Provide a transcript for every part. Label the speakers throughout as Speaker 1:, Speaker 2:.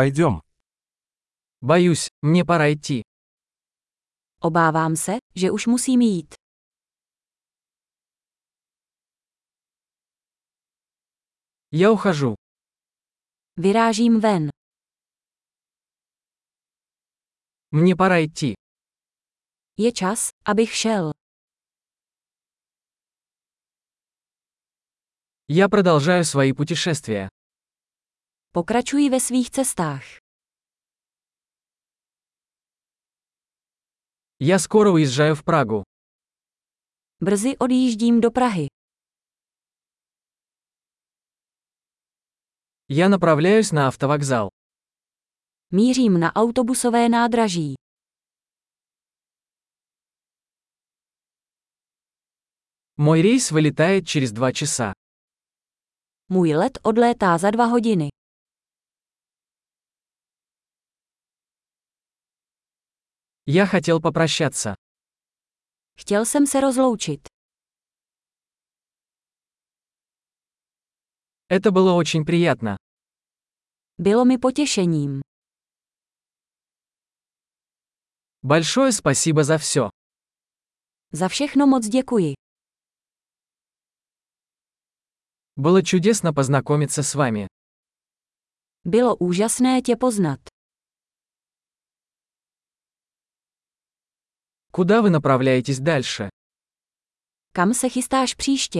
Speaker 1: Пойдем.
Speaker 2: Боюсь, мне пора идти.
Speaker 3: Obávám se, že už musím jít.
Speaker 2: Я ухожу.
Speaker 3: Vyrážím ven.
Speaker 2: Мне пора идти.
Speaker 3: Je čas, abych šel.
Speaker 2: Я продолжаю свои путешествия.
Speaker 3: Pokračuji ve svých cestách.
Speaker 2: Я скоро уезжаю в Прагу.
Speaker 3: Brzy odjíždím do Prahy.
Speaker 2: Я направляюсь на автовокзал.
Speaker 3: Mířím na autobusové nádraží.
Speaker 2: Мой рейс вылетает через два часа.
Speaker 3: Můj let odlétá za dva hodiny.
Speaker 2: Я хотел попрощаться.
Speaker 3: Chtěl jsem se rozloučit.
Speaker 2: Это было очень приятно.
Speaker 3: Bylo mi potěšením.
Speaker 2: Большое спасибо за все.
Speaker 3: Za všechno moc děkuji.
Speaker 2: Было чудесно познакомиться с вами.
Speaker 3: Bylo úžasné tě poznat.
Speaker 2: Куда вы направляетесь дальше?
Speaker 3: Kam se chystáš příště?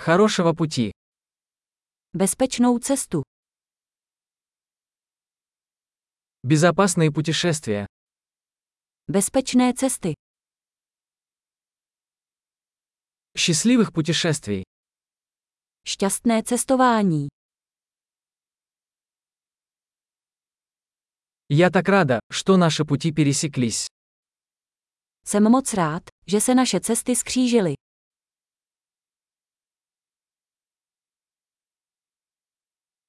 Speaker 2: Хорошего пути.
Speaker 3: Bezpečnou cestu.
Speaker 2: Безопасные путешествия.
Speaker 3: Bezpečné cesty.
Speaker 2: Счастливых путешествий.
Speaker 3: Šťastné cestování.
Speaker 2: Я так рада, что наши пути пересеклись.
Speaker 3: Jsem moc rád, že se naše cesty skřížily.